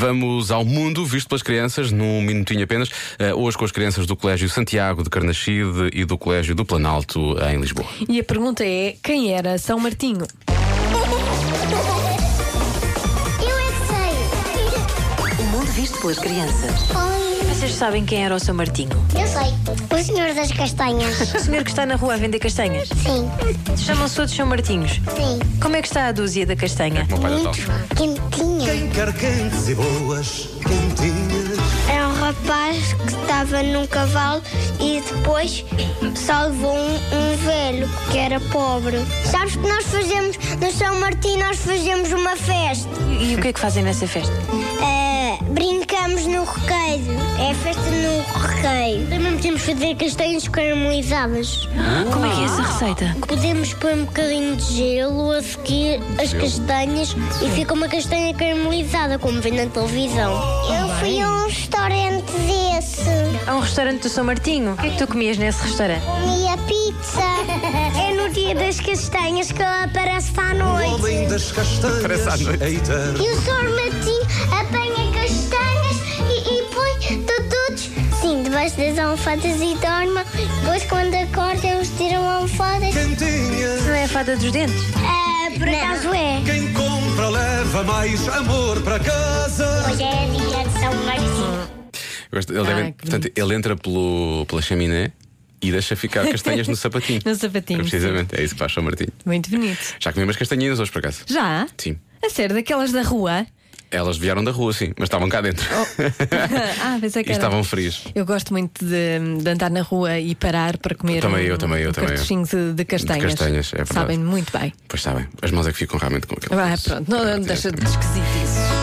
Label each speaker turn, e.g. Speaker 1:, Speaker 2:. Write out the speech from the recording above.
Speaker 1: Vamos ao mundo visto pelas crianças, num minutinho apenas, eh, hoje com as crianças do Colégio Santiago de Carnaxide e do Colégio do Planalto em Lisboa.
Speaker 2: E a pergunta é: quem era São Martinho?
Speaker 3: Eu é que sei.
Speaker 4: O mundo visto pelas crianças.
Speaker 3: Oi.
Speaker 4: Vocês sabem quem era o seu Martinho?
Speaker 3: Eu sei. O senhor das castanhas.
Speaker 4: O senhor que está na rua a vender castanhas.
Speaker 3: Sim,
Speaker 4: Chamam-se todos São Martinhos.
Speaker 3: sim.
Speaker 4: Como é que está a dúzia da castanha?
Speaker 1: Meu pai Natal.
Speaker 3: Muito quentinha.
Speaker 5: Quem quer quentes e boas quentinhas.
Speaker 3: Era um rapaz que estava num cavalo e depois salvou um, um velho que era pobre. Sabes que nós fazemos, no São Martim, nós fazemos uma festa.
Speaker 4: E, e o que é que fazem nessa festa?
Speaker 3: Ah, brincamos no roqueiro. É festa no roqueiro. Também podemos fazer castanhas caramelizadas.
Speaker 4: Como é que é essa receita?
Speaker 3: Podemos pôr um bocadinho de gelo a seguir as castanhas e fica uma castanha caramelizada, como vem na televisão. Eu fui a um restaurante desse.
Speaker 4: Há um restaurante do São Martinho. O que é que tu comias nesse restaurante?
Speaker 3: Comi a pizza. é no dia das castanhas que ela aparece à
Speaker 5: O homem das castanhas.
Speaker 1: Parece à noite.
Speaker 5: Eiter.
Speaker 3: E o Sr. Martim apanha castanhas e, e põe todos. Sim, debaixo das almofadas e dorme. Depois, quando acordam, eles tiram almofadas.
Speaker 5: Quentinhas.
Speaker 4: Não é a fada dos dentes?
Speaker 3: Ah, por acaso é?
Speaker 5: Quem compra leva mais amor para casa.
Speaker 3: Hoje é dia de São Martim.
Speaker 1: Eu gosto- Ele,
Speaker 2: Ah,
Speaker 1: deve-
Speaker 2: que
Speaker 1: portanto, ele entra pelo, pela chaminé e deixa ficar castanhas no sapatinho.
Speaker 2: No sapatinho,
Speaker 1: É precisamente, é isso que faz São Martinho.
Speaker 2: Muito bonito.
Speaker 1: Já comi umas castanhinhas hoje, por acaso.
Speaker 2: Já?
Speaker 1: Sim.
Speaker 2: A sério, daquelas da rua?
Speaker 1: Elas vieram da rua, sim, mas estavam cá dentro.
Speaker 2: ah, pensei que
Speaker 1: e
Speaker 2: era.
Speaker 1: estavam frias.
Speaker 2: Eu gosto muito de, de andar na rua e parar para comer
Speaker 1: Também
Speaker 2: um,
Speaker 1: eu, também eu,
Speaker 2: um
Speaker 1: também eu.
Speaker 2: cartuchinho de, de castanhas.
Speaker 1: castanhas, é verdade.
Speaker 2: Sabem muito bem.
Speaker 1: Pois sabem, as mãos é que ficam realmente com aquilo.
Speaker 2: Ah, pronto, não, não deixa de esquisitices.